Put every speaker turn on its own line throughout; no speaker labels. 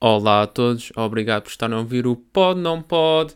Olá a todos, obrigado por estarem a ouvir o Pod Não Pod.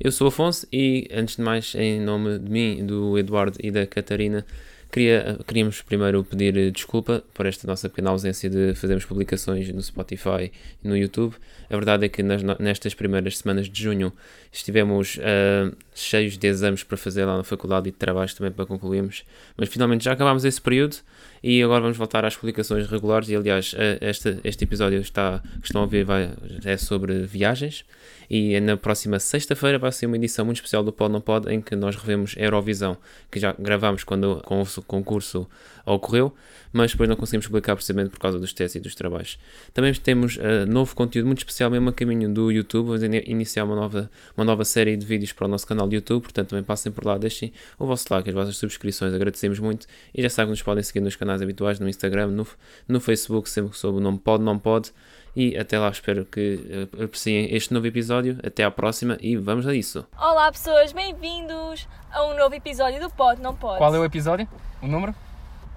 Eu sou o Afonso e, antes de mais, em nome de mim, do Eduardo e da Catarina, queria, queríamos primeiro pedir eh, desculpa por esta nossa pequena ausência de fazermos publicações no Spotify e no YouTube. A verdade é que nas no- nestas primeiras semanas de junho estivemos ah, cheios de exames para fazer lá na faculdade e de trabalhos também para concluirmos, mas finalmente já acabámos esse período e agora vamos voltar às publicações regulares. E aliás, a- este, este episódio está, que estão a ouvir vai, é sobre viagens. E na próxima sexta-feira vai ser uma edição muito especial do Pod Não Pod em que nós revemos a Eurovisão, que já gravámos quando com o concurso ocorreu, mas depois não conseguimos publicar precisamente por causa dos testes e dos trabalhos. Também temos ah, novo conteúdo muito especial, mesmo a caminho do YouTube. Vamos ini- iniciar uma nova, uma nova série de vídeos para o nosso canal do YouTube, portanto também passem por lá, deixem o vosso like, as vossas subscrições, agradecemos muito. E já sabem que nos podem seguir nos canais habituais, no Instagram, no, no Facebook, sempre sob o nome Pod Não Pode. E até lá espero que eh, apreciem este novo episódio. Até à próxima e vamos a isso.
Olá pessoas, bem-vindos a um novo episódio do Pode Não Pode.
Qual é o episódio? O número?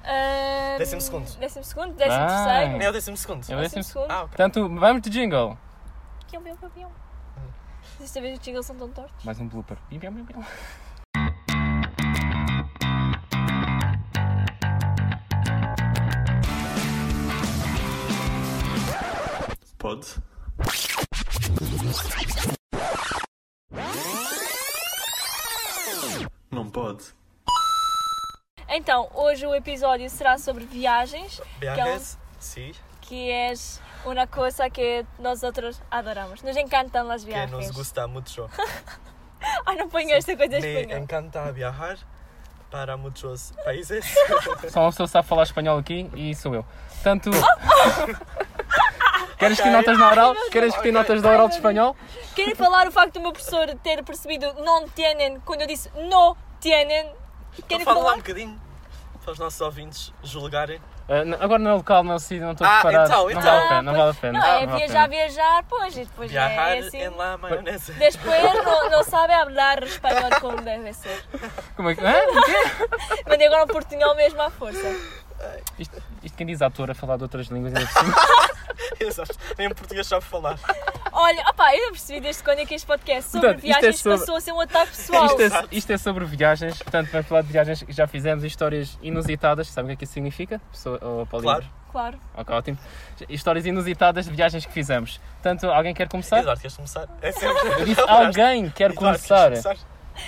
Ahm,
Décimo segundo.
Décimo segundo, décimo
Ah.
terceiro.
É o décimo segundo.
É
Décimo
o décimo
segundo. é
Ah, ok.
Portanto, vamos de jingle.
Pião, pião, pião, pião. Desta vez os jingles são tão tortos.
Mais um blooper. Bim, bim, bim, bim.
Pode. Não pode.
Então, hoje o episódio será sobre viagens,
Viajes? Sim.
que é uma coisa que nós outros adoramos. Nos encantam as
Que
viagens.
nos gusta mucho.
Ai, não ponho esta coisa em
Me
espanhol.
encanta viajar para muchos países.
Só uma pessoa sabe falar espanhol aqui e sou eu. Portanto. Queres que
Ok.
notas na oral? Queres que notas da oral de espanhol?
Querem falar o facto do meu professor ter percebido não tienen quando eu disse no tienen? Querem
Fala lá
falar?
um bocadinho para os nossos ouvintes julgarem.
Ah, n- agora não é local, não sei, não estou
Ah,
preparado.
então,
Não
então.
vale a pena, não vale a
Não,
pena.
é
não vale a
viajar,
pena.
viajar, pois, e depois
Viajar
é assim.
em la maionese.
Depois não, não sabe falar espanhol como deve ser.
Como é que. Hã? O quê?
Mas agora o portunhol mesmo à força.
Isto, isto quem diz ator a falar de outras línguas ainda por cima.
Exato. Nem em português sabe falar.
Olha, opá, eu não percebi desde quando é que este podcast sobre
Portanto, isto é
viagens
sobre-
passou a ser um ataque pessoal.
Isto é, isto é sobre viagens, portanto, vamos falar de viagens que já fizemos, histórias inusitadas. Sabem o que é que isso significa? Pessoa, oh, Paulinho?
Claro.
Claro.
Ok, ótimo. Histórias inusitadas de viagens que fizemos. Portanto, alguém quer começar?
Eduardo, queres começar? É sempre.
Eu disse, alguém quer
Eduardo, queres
começar?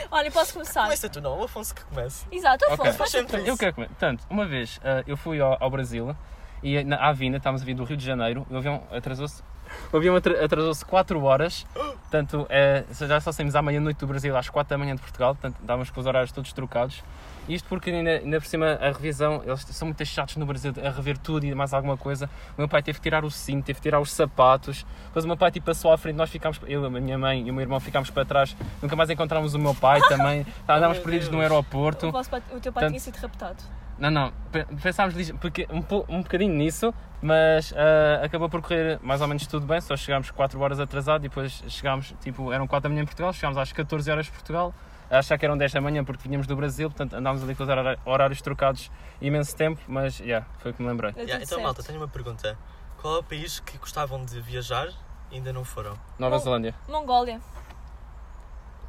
Olha, posso começar?
Começa tu não, o Afonso que comece.
Exato, Afonso,
Ok.
faz tu.
sempre
Eu quero comer. Portanto, uma vez ah, eu fui ao, ao Brasil e na à vinda, estávamos a vir do Rio de Janeiro, o avião atrasou-se. O avião atra- atrasou-se 4 horas, portanto, eh, já só saímos à meia-noite do Brasil, às 4 da manhã de Portugal, portanto, estávamos com os horários todos trocados. Isto porque, ainda, ainda por cima, a revisão, eles são muito chatos no Brasil a rever tudo e mais alguma coisa. O meu pai teve que tirar o cinto, teve que tirar os sapatos. Depois o meu pai tipo, passou à frente, nós ficámos, eu, a minha mãe e o meu irmão ficámos para trás. Nunca mais encontramos o meu pai também. Andávamos perdidos no
Deus.
aeroporto.
O, vosso pai- o teu assim pai
Portanto-
tinha sido raptado.
Não, não, pe- pensámos lig- porque- um, po- um bocadinho nisso, mas ah, acabou por correr mais ou menos tudo bem, só chegámos 4 horas atrasado e depois chegámos, tipo, eram 4 da manhã em Portugal, chegámos às 14 horas de Portugal, a achar que eram 10 da manhã porque vinhamos do Brasil, portanto andámos ali com os hora- horários trocados imenso tempo, mas, yeah, foi o que me lembrei.
Deu
Yeah,
tudo
então,
certo.
malta, tenho uma pergunta. Qual é o país que gostavam de viajar e ainda não foram?
Nova
Bom.
Zelândia.
Mongólia.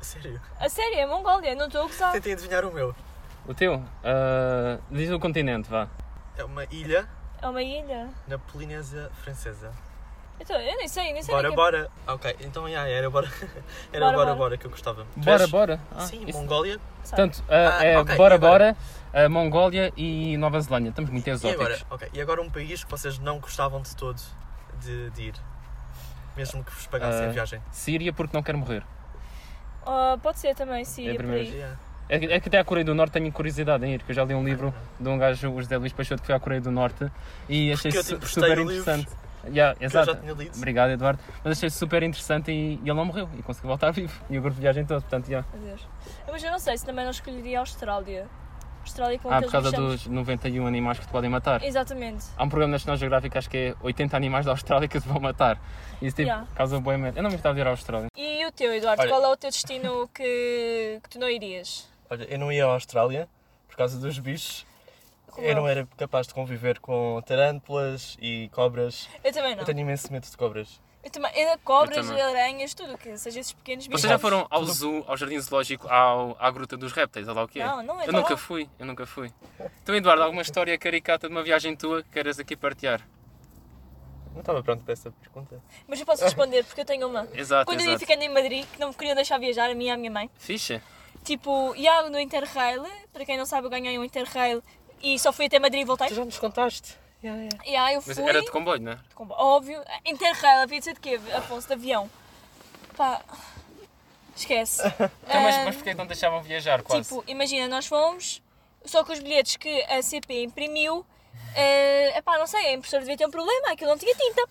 Sério?
A sério, é Mongólia, não estou a gozar.
Tentem adivinhar o meu.
O teu? Ah, diz o continente, vá.
É uma ilha
É uma ilha.
na Polinésia Francesa.
Então, eu nem sei, nem sei
Bora,
nem
bora. Ah, Ok, então yeah, era bora. Era
Bora,
bora,
bora.
bora, que eu gostava. Tu
Bora,
és-
bora. Ah,
Sim,
isso-
Mongólia.
Portanto, ah,
Ah,
é
ok, e
Bora
agora?
Bora, ah, Mongólia e Nova Zelândia, estamos muito
E
exóticos.
agora? Ok, e agora um país que vocês não gostavam de todo de, de ir. Mesmo que vos pagassem
Ah.
a viagem.
Síria porque não quero morrer.
Ah, pode ser também, sim.
É a
por
primeira
aí.
Yeah.
É que é que até à Coreia do Norte tenho curiosidade em ir, que eu já li um livro de um gajo, o José Luís Peixoto, que foi à Coreia do Norte e achei
Porque eu te
su-
emprestei
super
o livro
interessante. Yeah,
Que eu
exato.
já tinha lido.
Obrigado, Eduardo. Mas achei super interessante e, e ele não morreu e conseguiu voltar vivo. E o grupo de viagem todo, portanto, Ah, yeah.
Meu Deus. Mas eu não sei se também não escolheria a Austrália. Austrália com
Ah, por
aqueles
causa
bichos-
dos 91 animais que te podem matar.
Exatamente.
Há um programa na National Geographic, acho que é 80 animais da Austrália que te vão matar. Isso tipo,
Yeah.
causa boa medo. Eu não me gostava de ir à Austrália.
E o teu, Eduardo?
Olha-
Qual é o teu destino que, que tu não irias?
Olha, eu não ia à Austrália por causa dos bichos.
Como
Eu não
eu.
era capaz de conviver com tarântulas e cobras.
Eu também não.
Eu tenho imenso medo de cobras.
Eu também, eu- cobras,
Eu também.
aranhas, tudo o que seja esses pequenos bichos.
Vocês já foram ao zoo, ao jardim zoológico, ao, à gruta dos répteis, ou lá o quê?
Não, não é
Eu
tão
nunca
lá.
fui, eu nunca fui. Então, Eduardo, alguma história caricata de uma viagem tua que queiras aqui partilhar?
Não estava pronto para essa pergunta.
Mas eu posso responder porque eu tenho uma.
Exato,
Quando eu ia
exato.
ficando em Madrid, que não me queriam deixar viajar, a mim e à minha mãe,
Ficha?
tipo, ia no Interrail, para quem não sabe, eu ganhei um Interrail e só fui até Madrid e voltei.
Tu já nos contaste? Yeah, yeah.
E aí eu fui.
Mas era de comboio, não é?
Com- Óbvio. Interrail, havia de ser de quê, Afonso? De avião. Pá. Esquece.
Então, mas,
Ah,
mas porquê que não deixavam viajar quase?
tipo, imagina, nós fomos, só que os bilhetes que a CP imprimiu, é epá, não sei, a impressora devia ter um problema, aquilo não tinha tinta.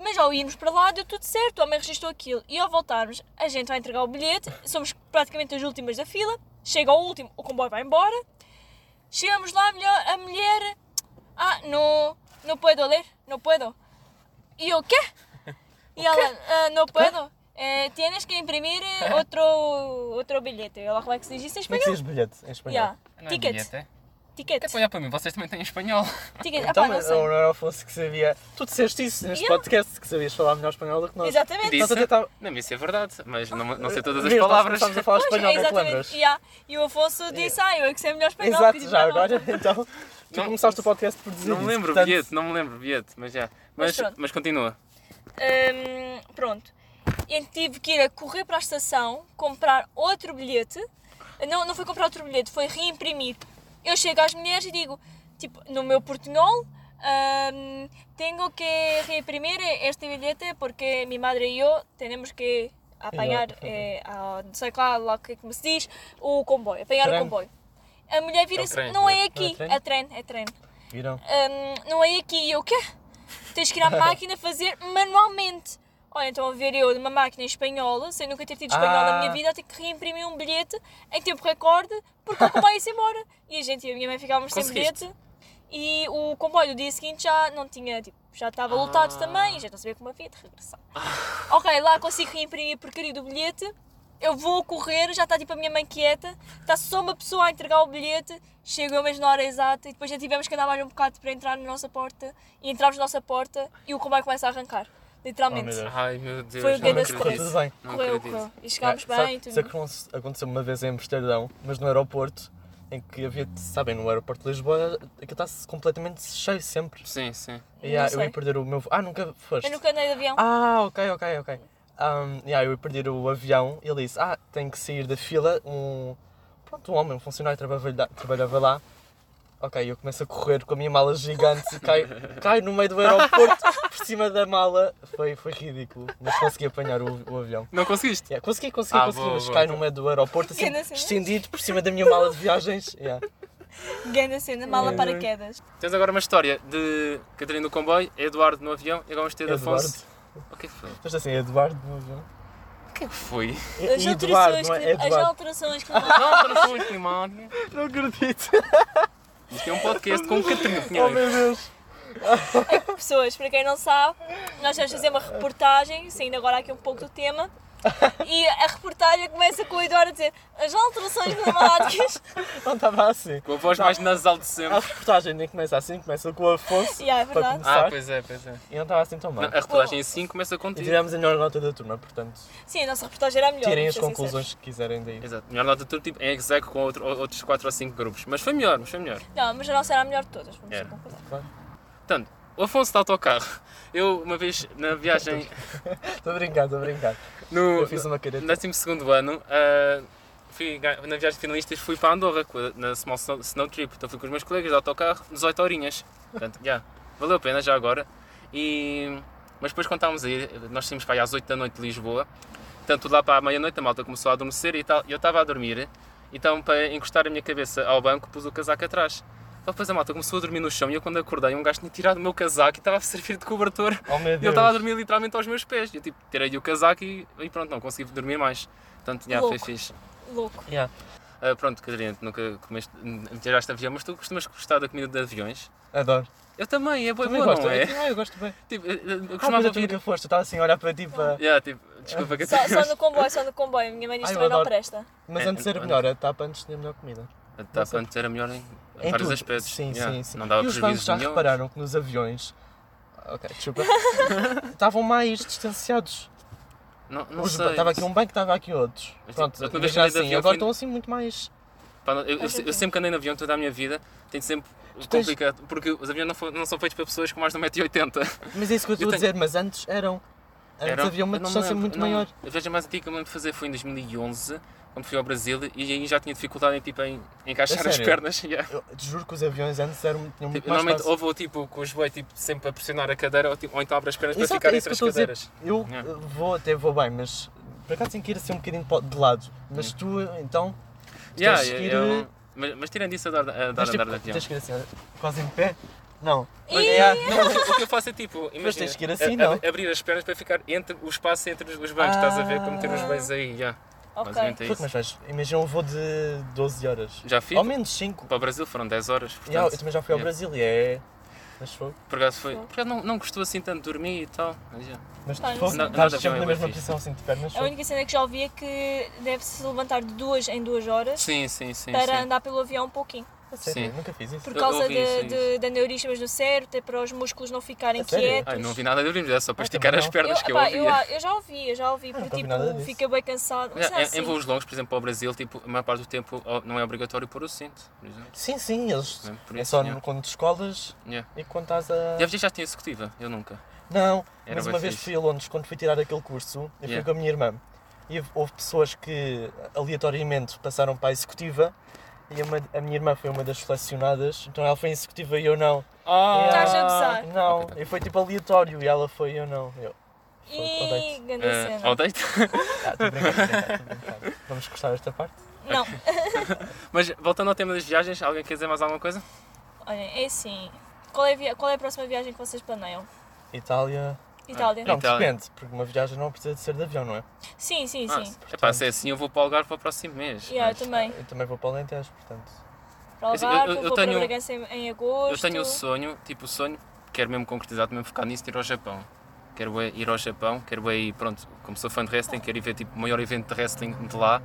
Mas ao irmos para lá deu tudo certo, o homem registrou aquilo. E ao voltarmos, a gente vai entregar o bilhete, somos praticamente as últimas da fila, chega ao último, o comboio vai embora. Chegamos lá, a mulher, a mulher ah, não, não puedo ler, não puedo. E eu, quê? E ela, "Ah, não puedo. Eh, tienes que imprimir eh, outro, outro bilhete. Ela, como é que se diz isso em
Como é que se
espanhol?
diz bilhete em espanhol?
Yeah.
não é
Ticket,
bilhete, é?
ticket,
Até olhar para mim, vocês também têm espanhol.
ticket. Ah,
Então,
pá, não
mas
sei.
não era o Afonso que sabia. Tu disseste isso neste
Yeah.
podcast, que sabias falar melhor espanhol do que nós.
Exatamente.
Disse?
Nós até tá-
Não, mas isso é verdade, mas não, não sei todas as
Vês, nós
palavras.
começámos a falar
Pois,
espanhol, não é que te
exatamente.
lembras?
Yeah. E o Afonso disse, ah, eu é que sei melhor espanhol.
Exato,
pedi
já
para a
agora.
malta.
Então, tu
Não-
começaste o podcast por dizer
Não me
isso,
lembro
portanto,
bilhete, não me lembro bilhete, mas já. Mas, mas,
pronto.
continua.
Hum, pronto. Eu tive que ir a correr para a estação, comprar outro bilhete. Não, não foi comprar outro bilhete, foi reimprimir. Eu chego às mulheres e digo, tipo, no meu portunhol, hum, tenho que reimprimir este bilhete porque minha madre e eu temos que apanhar, eh, a- não sei lá, lá o que é que me se diz, o comboio, apanhar
Trem.
o comboio. A mulher vira-se,
trem,
não
não
é
é?
aqui,
Não é trem?
é trem, é trem.
Viram?
Hum, não é aqui. E eu, o quê? Tens que ir à máquina fazer manualmente. Olha, então a ver eu de uma máquina espanhola, sem nunca ter tido espanhol na minha
Ah.
vida, a ter que reimprimir um bilhete em tempo recorde, porque o comboio ia-se embora. E a gente e a minha mãe ficávamos sem
Conseguiste?
bilhete. E o comboio do dia seguinte já não tinha, tipo, já estava lotado
Ah.
também, e já não sabia como havia de regressar. Ok, lá consigo reimprimir a porcaria do bilhete, eu vou correr, já está tipo a minha mãe quieta, está só uma pessoa a entregar o bilhete, chegou mesmo na hora exata e depois já tivemos que andar mais um bocado para entrar na nossa porta e entramos na nossa porta e o comboio começa a arrancar,
Oh, meu
literalmente.
Deus.
Ai meu Deus,
Foi o
não
grande
acredito.
stress.
Tudo bem.
Não
correu,
acredito.
correu. E chegámos
Yeah,
bem e
sabe, isso
tudo.
aconte- aconteceu uma vez em Amsterdão, mas no aeroporto, em que havia, sabem, no aeroporto de Lisboa, aquilo está-se completamente cheio sempre.
Sim, sim.
Não
Yeah, eu
sei.
ia perder o meu voo. Ah, nunca foste?
Eu nunca andei de avião.
Ah, ok, ok, ok. Um, yeah, eu ia perder o avião e ele disse: Ah, tem que sair da fila. Um, pronto, um homem, um funcionário trabalha, trabalhava lá. Ok, eu começo a correr com a minha mala gigante e cai, cai no meio do aeroporto por cima da mala. Foi, foi ridículo, mas consegui apanhar o, o avião.
Não conseguiste?
Yeah, consegui, consegui,
Ah,
consegui,
boa,
mas
boa,
cai
então.
no meio do aeroporto assim,
Ganda cena.
estendido por cima da minha mala de viagens. Yeah.
Ganda cena,
É.
mala para quedas.
Tens agora uma história de Catarina do comboio, é Eduardo no avião e agora vamos ter de
É Eduardo.
Afonso. O que foi?
Estás assim, Eduardo no avião.
O que é que foi?
As
Eduardo,
alterações,
não é?
clim- as
Eduardo.
alterações climáticas.
Não, estou no fundo climático.
Não acredito.
né? Isto é um podcast com Catarina
Oh
Pinheiro.
meu Deus.
pessoas, para quem não sabe, nós vamos fazer uma reportagem, saindo agora aqui um pouco do tema. E a reportagem começa com o Eduardo a dizer as alterações climáticas.
Não estava assim.
Com a voz mais nasal de
A
sempre.
reportagem nem começa assim, começa com o Afonso.
Yeah, é
para
verdade.
começar.
Ah, pois é, pois é.
E não estava assim tão mal.
Não, a reportagem assim começa
E
contigo.
tivemos a melhor nota da turma, portanto,
Sim, a nossa reportagem era a melhor.
tirem
vamos
as
ser
conclusões que quiserem daí.
Exato. Melhor nota de tudo, tipo, em execo com outro- outros 4 ou 5 grupos. Mas foi melhor, mas foi melhor.
sinceros. Não, mas a nossa era a melhor de todas, vamos
Era.
concordar.
Portanto, o Afonso de autocarro. Eu, uma vez, na viagem
Estou a brincar, estou a brincar.
no,
Eu fiz uma careta.
no 12 ano, ah, fui, ga- na viagem de finalistas fui para Andorra, com a- na Small Snow, Snow Trip. Então fui com os meus colegas de autocarro, 18 horinhas. Portanto, já, valeu a pena já agora. E, mas depois quando estávamos aí, nós saímos para aí às 8 da noite de Lisboa. Portanto, lá para a meia-noite a malta começou a adormecer e tal, e eu estava a dormir. Então, para encostar a minha cabeça ao banco, pus o casaco atrás. Então, depois a malta começou a dormir no chão e eu quando acordei, um gajo tinha tirado o meu casaco e estava a servir de cobertor
Oh meu
e ele estava a
Deus.
dormir literalmente aos meus pés. Eu tipo, tirei o casaco e, e pronto, não consegui dormir mais. Portanto, já foi
Louco.
fixe.
Louco.
Yeah.
Ah, pronto, Catarina, tu nunca comeste, me tiraste avião, mas tu costumas gostar da comida de aviões?
Adoro.
Eu também, é boa,
Também
boa
gosto.
não é?
Eu, também, eu gosto bem.
Tipo, eu- eu eu
Ah, mas
costumava
eu também
ouvir...
que foste. Eu estava assim a olhar para ti para...
Yeah, tipo, desculpa,
Só,
Catarina.
só no comboio, só no comboio. Minha mãe diz
Ai, eu
também não
adoro.
presta.
Mas
É,
antes era
é-
melhor. A tapa antes tinha melhor comida.
Tá, pronto, era melhor em,
Em
vários
tudo.
aspectos.
Sim,
Yeah,
sim, sim.
Não dava
e os bancos
prejuízo
já
nenhum.
repararam que nos aviões Ok, desculpa. Estavam mais distanciados.
Não, não
Os-
sei.
Estava aqui um banco, estava aqui outros.
Mas,
Pronto,
tipo, da última
mas
vez que
já
andei de
assim,
avião
agora
foi-
estão assim muito mais.
Pá, não, eu, eu,
Acho
eu
que-
sempre que andei no avião toda a minha vida, tenho sempre
tens-
complicado, porque os aviões não, fo- não são feitos para pessoas com mais de 1,80m.
Mas é isso que eu estou a
tenho-
dizer, mas antes eram. Antes havia uma distância muito maior.
A viagem mais antiga que eu me lembro de fazer foi em 2011, quando fui ao Brasil, e aí já tinha dificuldade em, tipo, em encaixar
É
as
sério?
pernas. yeah.
Eu te juro que os aviões antes eram, tinham muito
Tipo,
mais
normalmente
espaço.
ou vou tipo, com o joelho tipo, sempre a pressionar a cadeira, ou, tipo, ou então abro as pernas para
Exato,
ficar
é isso
entre as
que eu estou a
cadeiras.
Eu
Yeah.
eh, vou até vou bem, mas por acaso tenho que ir assim um bocadinho pa- de lado. Mas tu então
Yeah,
tens que ir,
eu-
eh,
mas, mas tirando isso, adoro, adoro
tens,
andar de
tipo,
avião.
tens que ir assim, olha, quase em pé? Não.
Ih,
Yeah.
Não, o que- o que eu faço é tipo, imagina,
tens que ir assim,
a- a-
não?
abrir as pernas para ficar entre o espaço entre os os bancos, estás a ver? Como meter
Ah.
os joelhos aí, já.
Ok.
Basicamente é
Puto, Mas
isso.
vais, imagina um voo de 12 horas.
Já fiz?
Ao menos 5.
Para o Brasil foram 10 horas, portanto.
Yeah, eu também já fui ao
yeah.
Brasil e é. Mas foi.
Por acaso foi. Por acaso não, não gostou assim tanto de dormir e tal. Mas, já.
Mas
Pá, Tá, não
tu
sei.
Nada-
estás
nada
sempre
bem,
na
bem
mesma
fixe.
posição assim de pernas.
A única cena que já ouvi é que deve-se levantar de duas em duas horas
Sim, sim, sim.
para
sim.
andar pelo avião um pouquinho.
Sério,
Sim.
nunca fiz isso.
Por
Eu- eu
causa
ouvi
de,
isso,
de, de aneurismas no cérebro, até para os músculos não ficarem
A sério?
quietos.
É Ai, não vi nada de dormir, é só para
Ah,
esticar
também
as
não.
pernas
eu,
que eu
epá,
ouvia. Ah,
eu, eu já ouvi, eu já ouvi, porque
nunca ouvi nada
tipo,
disso.
fica bem cansado. Mas,
Já,
é
em-
assim,
em voos longos, por exemplo, ao Brasil, tipo, a maior parte do tempo ó, não é obrigatório pôr o cinto, por exemplo.
Sim, sim, eles.
É por
É
isso,
só
yeah.
quando te escolas
Yeah.
e quando estás a.
Já viajaste em executiva? Eu nunca.
Não,
Era
mas
bué
uma vez
fixe.
fui a Londres quando fui tirar aquele curso, eu
Yeah.
fui com a minha irmã. E houve pessoas que aleatoriamente passaram para a executiva e uma- a minha irmã foi uma das selecionadas, então ela foi em executiva e eu não.
Ah!
Estás a gozar.
Não,
Ok, tá.
e foi tipo aleatório e ela foi e eu não. Eu,
E grande
Eh,
cena.
Ao date?
ah, tô brincando, tô brincando, tô brincando. Vamos cortar esta parte?
Não,
Mas voltando ao tema das viagens, alguém quer dizer mais alguma coisa?
olhem, é assim. Qual é, a via- qual é a próxima viagem que vocês planeiam?
Itália.
Itália?
Ah,
Não,
Itália.
depende, porque uma viagem não precisa de ser de avião, não é?
Sim, sim,
Ah,
sim.
epá, se é assim, eu vou para o Algarve para o próximo mês. é?
Yeah, eu
mas-
também.
Eu também vou para o Alentejo, portanto.
Para o
assim, eu-
Algarve,
eu- eu
vou para
tenho-
Bragança em, em agosto.
Eu tenho o sonho, tipo o sonho, quero mesmo concretizar, mesmo focar nisso, de ir ao Japão. Quero bué ir ao Japão, quero bué ir, pronto, como sou fã de wrestling, quero ir ver tipo, o maior evento de wrestling de lá,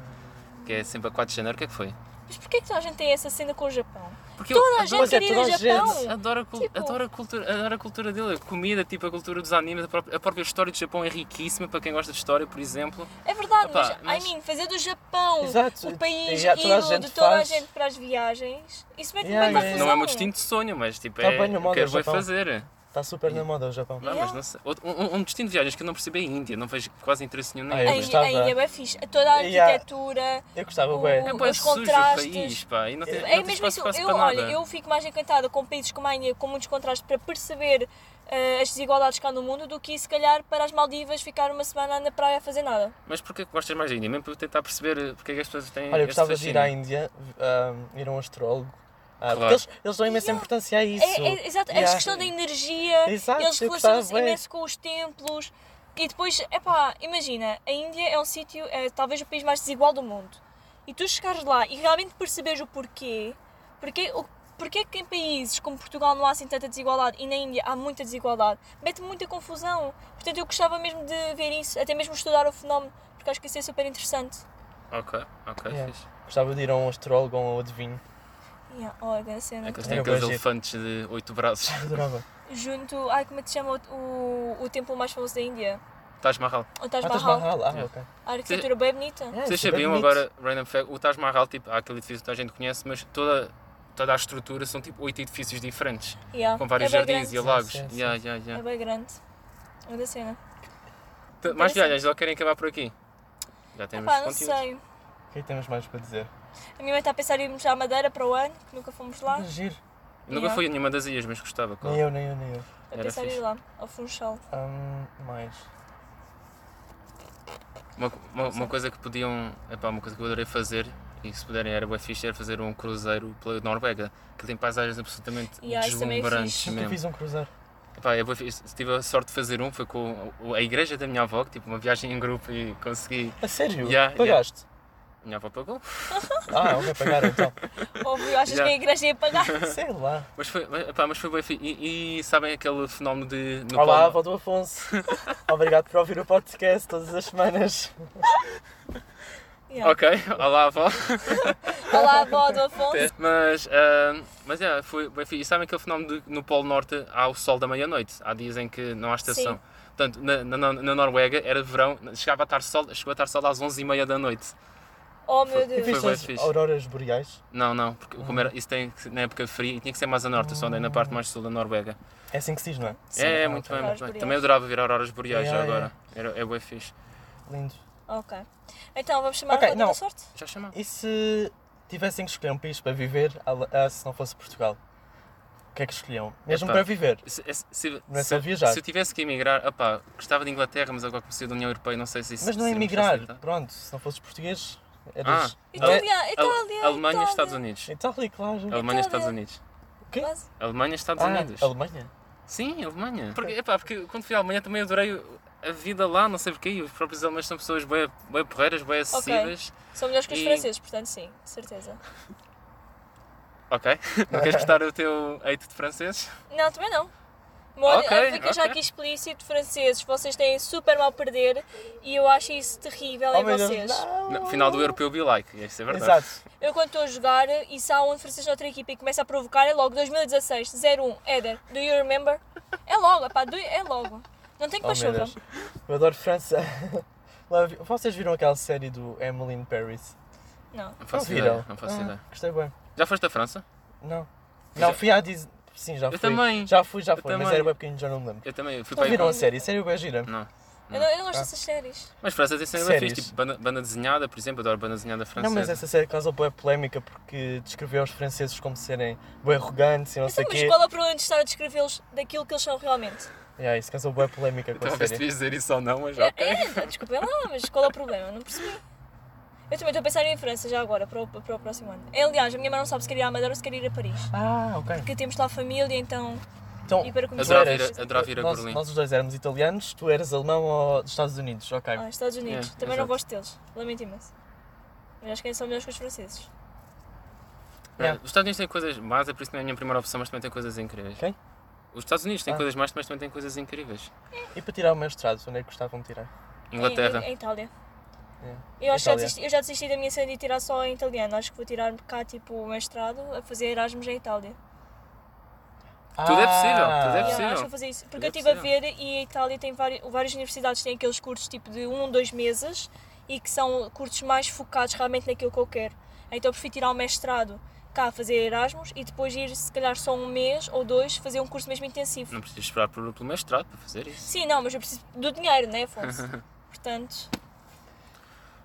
que é sempre a 4 de janeiro, o que é que foi?
Mas porquê que toda a gente tem essa cena com o Japão?
Porque
Toda a
adoro-
gente
é
quer ir ao
toda a
Japão!
gente.
Adoro a, cul-
Tipo-
adoro, a cultura, adoro a cultura dele, a comida, tipo a cultura dos animes, a própria, a própria história do Japão é riquíssima para quem gosta de história, por exemplo.
É verdade,
Opa,
mas,
mas-
I mean, fazer do Japão
Exato,
o país
e já toda a
ídolo
gente
de toda
faz.
a gente para as viagens, isso mete
Yeah,
bem
yeah.
confusão.
Não é meu destino de sonho, mas tipo,
Tá
é,
bem na moda,
quero bué
Japão.
fazer.
Está tá super na moda o Japão.
Não, mas não sei. Outro- Um, um destino de viagens que eu não percebi é a Índia, não vejo quase interesse nenhum na
Ah, é
A
Índia.
verdade. gostava.
Índia é bem fixe. Toda a
Yeah.
arquitetura.
Eu gostava,
O-
ué.
É bué
Os
sujo o
contrastes.
país, pá, e não tem,
É
não tem
mesmo
espaço
isso.
quase
Eu,
para
olha,
nada.
eu fico mais encantada com países como a Índia, com muitos contrastes, para perceber eh, as desigualdades que há no mundo, do que se calhar para as Maldivas ficar uma semana na praia a fazer nada.
Mas porquê que gostas mais da Índia? Mesmo para eu tentar perceber eh, porque é que as pessoas têm
Olha, eu
este
gostava de ir
fascínio.
à Índia, ahm, ir a um astrólogo. Ah,
Claro.
Porque eles, eles dão imensa importância a isso.
É, é- exato,
Yeah.
a questão da energia,
Exato,
eles
eu gostava,
relacionam-se
ué.
imenso com os templos. E depois, epá, imagina, a Índia é um sítio, é talvez o país mais desigual do mundo. E tu chegares lá e realmente perceberes o porquê, porque, o, porque que em países como Portugal não há assim tanta desigualdade e na Índia há muita desigualdade, mete muita confusão. Portanto, eu gostava mesmo de ver isso, até mesmo estudar o fenómeno, porque acho que isso é super interessante.
Ok, ok,
Yeah.
fixe.
Gostava de ir a um astrólogo ou a um adivinho.
Yeah, olha, a cena.
É que eles têm
Eu
aqueles
gosto de-
elefantes de oito braços.
Adorava.
Junto, ai, como é que se chama o, o, o templo mais famoso da Índia?
Taj Mahal.
O Taj
Ah, Taj
Mahal.
Mahal? Ah,
Yeah.
ok.
A arquitetura É, bem bonita.
Yeah,
Vocês
super
sabiam
bonito.
agora, random fact, o Taj Mahal, tipo, há aquele edifício que toda a gente conhece, mas toda, toda a estrutura são tipo oito edifícios diferentes,
Yeah.
com vários
é bem
jardins e
grande.
lagos.
Sim, sim,
Yeah, yeah,
É
yeah.
bem grande. Olha a cena.
T- Mais
É Interessante.
viagens, ou querem acabar por aqui? Já temos
Epá, não
conteúdo.
sei.
O que é que temos mais para dizer?
A minha mãe está a pensar em irmos à Madeira para o ano, que nunca fomos lá.
Giro.
Nunca
Yeah.
fui a nenhuma das ilhas, mas gostava. claro.
Nem eu, nem eu, nem eu.
Está a
Era
pensar em ir
fixe.
lá, ao Funchal.
Ahm, mais.
Uma, uma, uma coisa que podiam, epá, uma coisa que eu adorei fazer, e se puderem era bué fixe, era fazer um cruzeiro pela Noruega, que tem paisagens absolutamente
Yeah, isso também é
deslumbrantes
fixe.
Nunca
mesmo.
fiz um cruzeiro.
Epá, eu bué fixe. tive a sorte de fazer um, foi com o- a igreja da minha avó, que tipo uma viagem em grupo e consegui.
A sério?
Yeah,
Pagaste?
Minha avó pagou.
Ah, ok, pagaram então.
Óbvio, achas que a igreja ia pagar?
Sei lá.
Mas foi, epá, mas foi bem fixe. E, e sabem aquele fenómeno de. No
Olá,
Polo-
avó do Afonso. Obrigado por ouvir o podcast todas as semanas.
Yeah.
Ok, olá avó.
Olá, tá avó do Afonso.
Mas, ah, mas é, foi, bem fixe. E sabem aquele fenómeno de que no Polo Norte há o sol da meia-noite? Há dias em que não há estação.
Sim.
Portanto, na, na, na Noruega era verão, chegava a estar sol, chegou a estar sol às 11h30 da noite.
Oh meu
E
Deus.
viste
bué
as
fixe.
auroras boreais?
Não, não, porque como era, isso tem que ser na época fria e tinha que ser mais a norte, eu só andei na parte mais sul da Noruega.
É assim que se diz, não é?
é,
Ah,
muito bem, muito
ok.
Auroras
bem.
boreais.
Também adorava ver auroras boreais já
Yeah,
agora. Era, é bem fixe.
Lindo.
Ok. Então vamos chamar
Ok,
a roda
não.
da sorte?
Já chamava.
E se tivessem que escolher um país para viver, a- a- se não fosse Portugal? O que é que escolhiam? Mesmo
Epá.
para viver?
Se, se, se,
Não é
se-
só viajar.
se eu tivesse que emigrar, opá, gostava de Inglaterra, mas agora que comecei da União Europeia, não sei se isso
Mas não é
se me
emigrar,
facilita.
pronto, se não fosses português, eras.
um Ah,
não é?
Itália, Itália.
Ale- Alemanha,
Itália.
Estados Unidos.
Itália, claro.
Alemanha,
Itália.
Estados Unidos.
Mas-
É Alemanha, Estados Unidos.
Ah, Alemanha?
Sim, Alemanha. Porque, epá, porque quando fui à Alemanha também adorei a vida lá, não sei porquê. e Os próprios alemães são pessoas bem, bem porreiras, bem acessíveis.
São melhores que os
E-
franceses, portanto sim, de certeza.
Ok. Não queres cortar o teu hate de francês?
Não, também não. Olha,
Ok,
olha, fica já
ok.
aqui explícito, franceses, vocês têm super mal a perder e eu acho isso terrível em
Oh, meu Deus,
vocês.
não.
No final do europeu, be like. Isso é verdade.
Exato. Oh,
Eu quando estou a jogar e se há um francês na outra equipa e começa a provocar, é logo 2016, 01, Éder, um. do you remember? É logo, pá, é logo. Não tem que
Oh, meu
pachorra.
Deus. Eu adoro França. Love you. Vocês viram aquela série do Emily in Paris?
não.
Não faço
Não viram?
ideia. Não faço
Ah,
ideia.
Gostei bem.
Já foste à França?
Não.
Já-
Não, fui à Disney. Sim, já
Eu
fui.
também.
Já fui, já
Eu
fui, mas
também.
era bem pequeno, já não me lembro.
Eu também fui
Não
para aí.
viram a série? A série é bem gira.
Não.
Eu, não, eu não gosto
Ah.
dessas séries.
Mas França tem sempre fixe,
Séries.
tipo banda, banda desenhada, por exemplo, adoro banda desenhada
Tá
francesa.
Não, mas essa série causou boa polémica porque descreveu os franceses como serem bem arrogantes e não sei
Então,
o
mas
quê.
qual é o problema de estar a descrevê-los daquilo que eles são realmente?
Yeah, isso causou boa polémica
Então,
com a
Talvez
série.
devias dizer isso ou não, mas
É,
ok.
é, desculpem lá, mas qual é o problema? Não percebi. Eu também estou a pensar em França já agora, para o, para o próximo ano. É, Aliás, a minha mãe não sabe se quer ir à Madeira ou se quer ir a Paris.
Ah, ok.
Porque temos lá família, então.
Então,
E para começar-
tu
Adorava
eras-
ir a- adorava ir a
nós,
Berlim.
nós os dois éramos italianos, tu eras alemão ou dos Estados Unidos, ok.
Ah, Estados Unidos.
É,
também não
exato.
gosto deles. Lamento imenso. Mas acho que eles são melhores que os franceses.
Yeah.
É, Os Estados Unidos têm coisas más, é por isso que não é a minha primeira opção, mas também tem coisas incríveis.
Quem?
Os Estados Unidos têm
Ah.
coisas más, mas também têm coisas incríveis.
E para tirar o mestrado, onde é que gostavam de tirar?
Inglaterra.
Em, em Itália.
É.
Eu, acho que já
Itália.
desisti, eu já desisti da minha cena de tirar só em italiano. Acho que vou tirar cá, tipo, o mestrado a fazer Erasmus em Itália.
Tudo é possível,
Ah,
tudo é possível.
Yeah, acho que vou fazer isso. Porque
É
eu estive a
possível.
ver e a Itália tem várias, várias universidades têm aqueles cursos tipo de um, dois meses e que são cursos mais focados realmente naquilo que eu quero. Então eu prefiro tirar o mestrado cá fazer Erasmus e depois ir se calhar só um mês ou dois fazer um curso mesmo intensivo.
Não precisas esperar pelo, pelo mestrado para fazer isso.
Sim, não, mas eu preciso do dinheiro, né, Afonso? Portanto,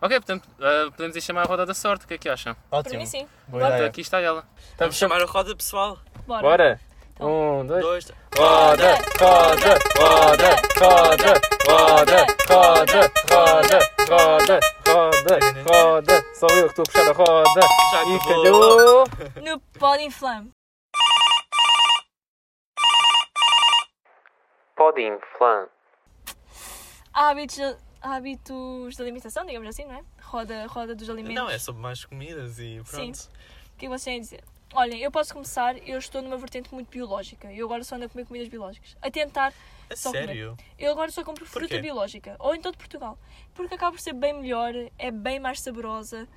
Ok, portanto, ah, podemos ir chamar a roda da sorte, o que é que acham?
para
Ótimo.
mim sim.
Boa
Portanto,
ideia.
aqui está ela.
Então, Vamos chamar a roda, pessoal.
Bora.
Bora!
Então,
Um,
Dois.
Roda, roda, roda, roda, roda, roda, roda, roda, roda, roda. Só eu que estou a puxar a roda.
Já
E
acabou.
calhou!
No Pod em Flame.
Pode inflar.
Hábitos, hábitos de alimentação, digamos assim, não é? Roda, roda dos alimentos.
Não, é sobre mais comidas e pronto.
O que é que vocês têm a dizer? Olhem, eu posso começar, eu estou numa vertente muito biológica. Eu agora só ando a comer comidas biológicas. A tentar
A
só
É sério?
comer. Eu agora só compro fruta
quê?
biológica. Ou então de Portugal. Porque acaba por ser bem melhor, é bem mais saborosa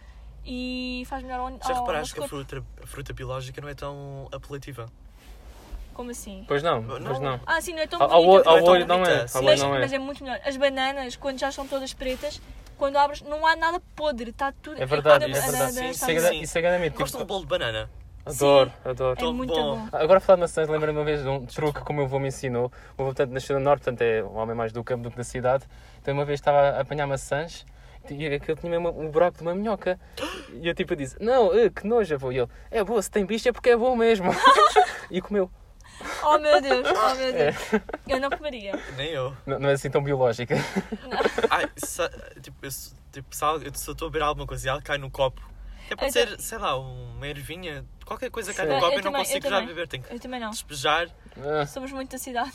e faz melhor ao,
Já
ao
reparaste
nosso
que a
corpo.
fruta, a fruta biológica não é tão apelativa?
Como assim?
Pois não,
Não.
pois não.
Ah, sim, não é tão
Ao- Ao
bonita,
olho- ao
Não é
olho
tão
não é.
bonita,
Ao
mas,
olho não é.
mas é muito melhor. As bananas, quando já são todas pretas, quando abres, não há nada podre. Está tudo...
É verdade,
cada
isso é
banana
verdade.
está
Sim,
muito-
sim.
Isso é grande mito.
Gosto de um bolo de banana.
Adoro,
Sim.
adoro.
É muito
bom.
bom.
Agora a falar de maçãs, lembro-me uma vez de um truque que o meu avô me ensinou. O meu avô, portanto, nasceu no Norte, portanto, é um homem mais do campo do que da cidade. Então, uma vez estava a apanhar maçãs e aquele tinha mesmo um buraco de uma minhoca. E eu, tipo, disse: Não, eh, que nojo, avô. E ele: É boa, se tem bicho é porque é bom mesmo. e comeu.
Oh meu Deus, oh
É.
meu Deus. Eu não comeria.
Nem eu.
Não, não é assim tão biológica.
Ai, sa- tipo, eu, sou- tipo, se, algo- se eu estou a beber alguma coisa e algo cai no copo,
é
até pode
Então-
ser, sei lá, uma ervinha, qualquer coisa cai
Sim.
no
Eu
copo e não
também, eu
consigo já
também.
beber, tenho que
Eu também não.
despejar.
Ah,
Somos muito da cidade.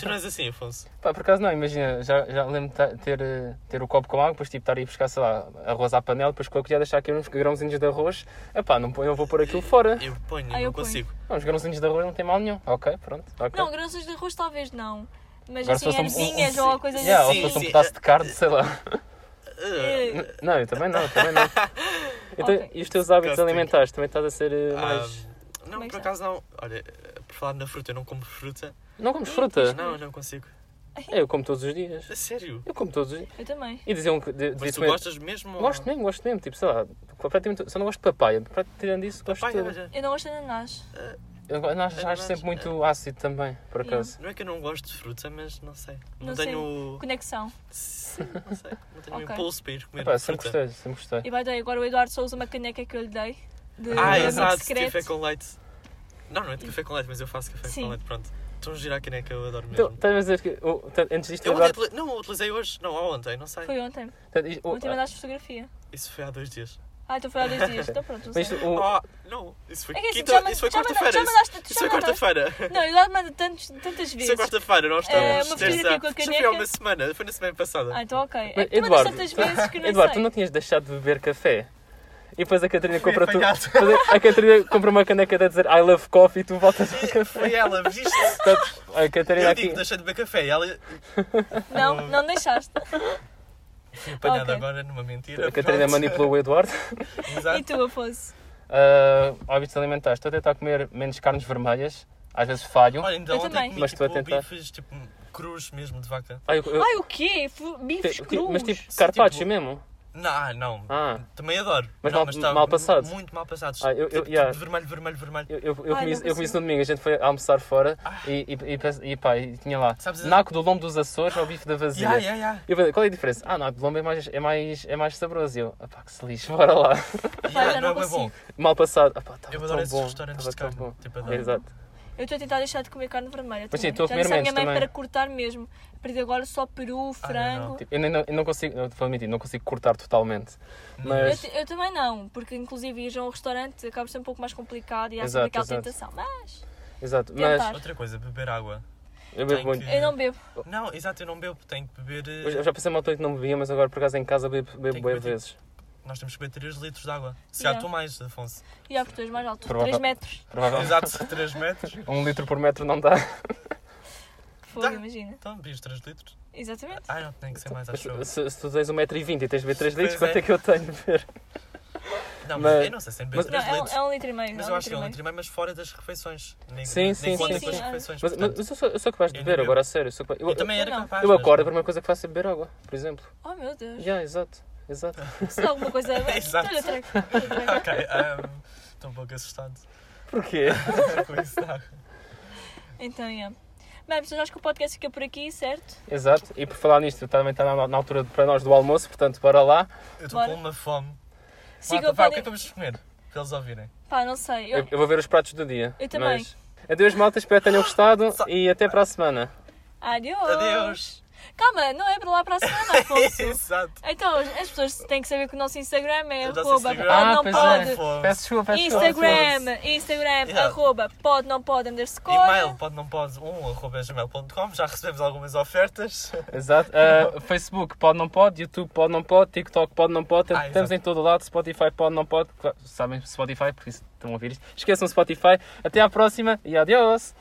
Tu não és assim, Afonso.
pá, por acaso não, imagina, já, já lembro de ta- ter, eh, ter o copo com água, depois tipo, estar aí buscar, sei lá, arroz à panela, depois com a colher deixar aqui uns grãozinhos de arroz. Epá, não, ponho- não vou pôr aquilo fora.
Eu ponho,
Ah,
não
eu ponho.
consigo.
Não, os grãozinhos de arroz não tem mal nenhum. Ok, pronto. ok.
Não, grãos de arroz talvez não. Mas
Agora se
assim,
fosse um-
ervinhas
um-
ou coisas
Yeah,
assim.
eh,
ou se fosse um
sim.
pedaço de carne, sei lá.
Ah,
Eh,
Não, eu também não, eu também não. Então,
Ok.
E os teus hábitos
Disgusting.
alimentares também estás a ser eh, mais.
Ah,
Como é
não,
que
por
está?
acaso não. Olha, eh, por falar na fruta, eu não como fruta.
Não comes fruta?
Não, não consigo.
É, Eu como todos os dias.
A sério?
Eu como todos os dias.
Eu também.
E diziam que. de-
Mas
disse
tu
mesmo-
gostas mesmo? ou-
Gosto mesmo, gosto mesmo. Tipo, sei lá, praticamente, só não gosto de papaya. Pra- Tirando isso, gosto
Pai,
de tudo.
olha,
Eu não gosto de ananás.
Eu go- não, acho, acho
Eu não
sempre
acho-
muito ácido também, por acaso.
Não é que eu não gosto de fruta, mas não sei. Não,
Não sei.
tenho.
Conexão.
Sim, não sei. Não tenho um
Ok.
impulso para ir comer
Epá, sempre
fruta.
gostei, sempre gostei.
E vai daí, agora o Eduardo só usa uma caneca que eu lhe dei. De
Ah,
amigo
exato,
secreto.
café com leite. Não, não é de café com leite, mas eu faço café
Sim.
com leite, pronto. Estão a girar a caneca, eu adoro mesmo.
Então, estás a dizer que. o- portanto, antes disto,
eu
agora. tá, oh,
ontem, utili- não, eu utilizei hoje, não, ou ontem, não sei.
Foi ontem.
portanto, isto- o-
Ontem mandaste fotografia.
Isso foi há dois dias.
Ah, então foi há dois dias. Então pronto, não
mas
sei.
isto, o-
Ah, não, isso foi
É que assim,
quinta,
já ma-
isso foi
já manda-
quarta-feira.
já
isso-
mandaste-
Isso
já
foi
mandaste.
quarta-feira.
Não, o Eduardo manda tantos, tantas
Isso é
vezes.
quarta-feira, nós
É,
estamos.
uma fotografia com a
Já foi há uma
caneca.
semana, foi na semana passada.
Ah, então ok.
Mas,
é que tu mandas
Eduardo,
tantas vezes que não
Eduardo, tu
sei.
não tinhas deixado de beber café? E depois a Catarina
Fui
compra tu.
apanhado.
depois A Catarina compra uma caneca de dizer I love coffee e tu voltas ao café.
Foi ela, viste?
Portanto, a Catarina
Eu
aqui.
digo, deixei de beber café. Ela
Não, não deixaste.
fui apanhada
Ok.
agora numa mentira.
A Catarina
pronto.
manipulou o Eduardo.
Exato.
E tu, Afonso?
Ah, hábitos alimentares. Estou a tentar comer menos carnes vermelhas. Às vezes falho.
Olha, ainda
Eu
ontem
também.
comi
Mas estou a
tipo,
tentar.
bifes tipo, crus mesmo de vaca.
Ah, eu- eu-
Ai, o quê? Fu- Bifes
ti-
crus?
mas tipo
Sim,
carpaccio
tipo-
mesmo.
Não, não.
Ah,
Também adoro.
Mas
Não,
mal-
tá
mal passados.
Muito mal passados.
Ah, eu- eu-
Tipo,
yeah.
tudo vermelho, vermelho, vermelho.
eu, eu,
Ai,
eu comi,
não
isso- eu
consigo.
comi isso no domingo. A gente foi almoçar fora e, e, e, pense- e, pá, e tinha lá
Ah. Sabes-
naco do lombo dos Açores ao bife da vazia.
Yeah, yeah, yeah.
Eu falei, qual é a diferença? Ah, não, de lombo é mais, é mais, é mais saboroso. E eu, ah pá, que se lixo, bora lá.
Yeah,
já não
é bom.
Mal passado. Ah pá, estava
Eu
tão
adoro esses
bom.
restaurantes
tava
de
tão
carne.
bom.
Tipo, adoro.
É, exato.
Eu estou a tentar deixar de comer carne vermelha.
Mas
também.
sim, estou a
Já
comer
disse à minha
menos
mãe para
também.
cortar mesmo. A partir de agora só peru, frango.
Tipo, eu, nem- não, eu não consigo, eu vou admitir, não consigo cortar totalmente.
Eu,
Mas,
t- eu também não, porque inclusive ir a um restaurante acaba sendo um pouco mais complicado e há
Exato,
sempre aquela
exato.
tentação. Mas
exato, mas
Tentar.
Outra coisa, beber água.
eu bebo
Tem
muito.
que-
eu não bebo.
Não, exato, eu não bebo. Tenho que beber. eh,
Eu já- eu já pensei uma altura que não bebia, mas agora por acaso em casa bebo, bebo
que
bué
beber. tipo,
vezes.
Nós temos que beber 3 litros de água. Se
Yeah.
calhar tu mais, Afonso.
E há pessoas mais altas,
Provável-
3 metros.
Provavelmente.
Exato, 3 metros.
Um litro por metro não dá.
Fogo,
Tá.
imagina.
Então, bebes 3 litros.
Exatamente.
Ah, não, tem que ser mais,
Mas
acho eu.
se, se tu tens 1,20m e tens de beber 3 litros,
Pois
quanto
é.
é que eu tenho de ver?
Não,
mas-
mas eu não sei se
mas-
bebes
Não,
3
é um,
Ah, litros.
é um litro e meio.
Mas
é um
eu acho que é
litro e
um litro e meio, mas fora das refeições. Nem,
Sim,
nem
sim,
conta
sim,
com as
sim.
refeições.
Mas, mas
portanto,
eu, sou, eu sou capaz de
eu
beber
não-
agora, a sério. sou capaz- eu,
eu também era
não.
capaz.
eu
mas-
acordo, a primeira coisa que faço é beber água, por exemplo.
meio. Oh meu Deus.
Já, exato. Exato.
Se dá alguma coisa. é,
Exato.
Olha, trago. trago.
Ok, ahm, estou um pouco assustado
Porquê?
com isso. tá?
Então, é. Bem, pessoas, acho que o podcast fica por aqui, certo?
Exato. E por falar nisto, também está na, na altura de- para nós do almoço, portanto, bora lá.
Eu estou
Bora.
com uma fome.
Sigam
Marta, pá, o que é
podem-
que vamos comer? Para eles ouvirem.
Pá, não sei.
Eu,
Eu...
eu vou ver os pratos do dia.
Eu também.
Mas... Adeus, malta. Espero que tenham gostado e até para a semana.
Adeus.
Adeus.
Calma, não é para lá para a semana, Afonso.
Exato.
então, as pessoas têm que saber que o nosso Instagram é
O nosso
arroba
Instagram.
pode
Ah,
não
pois
pode.
é.
Fome.
Peço desculpa, peço desculpa.
Instagram, Instagram,
Yeah.
arroba pode não pode underscore.
E-mail, pode não pode, um, arroba gmail.com. Já recebemos algumas ofertas.
Exato. Ah, Facebook pode não pode, YouTube pode não pode, TikTok pode não pode,
Ah,
estamos
exato.
em todo lado, Spotify pode não pode, Claro, sabem Spotify, porque estão a ouvir isto. Esqueçam Spotify, até à próxima e adiós!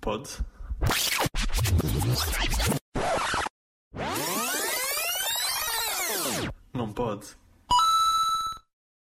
Pode. Não pode.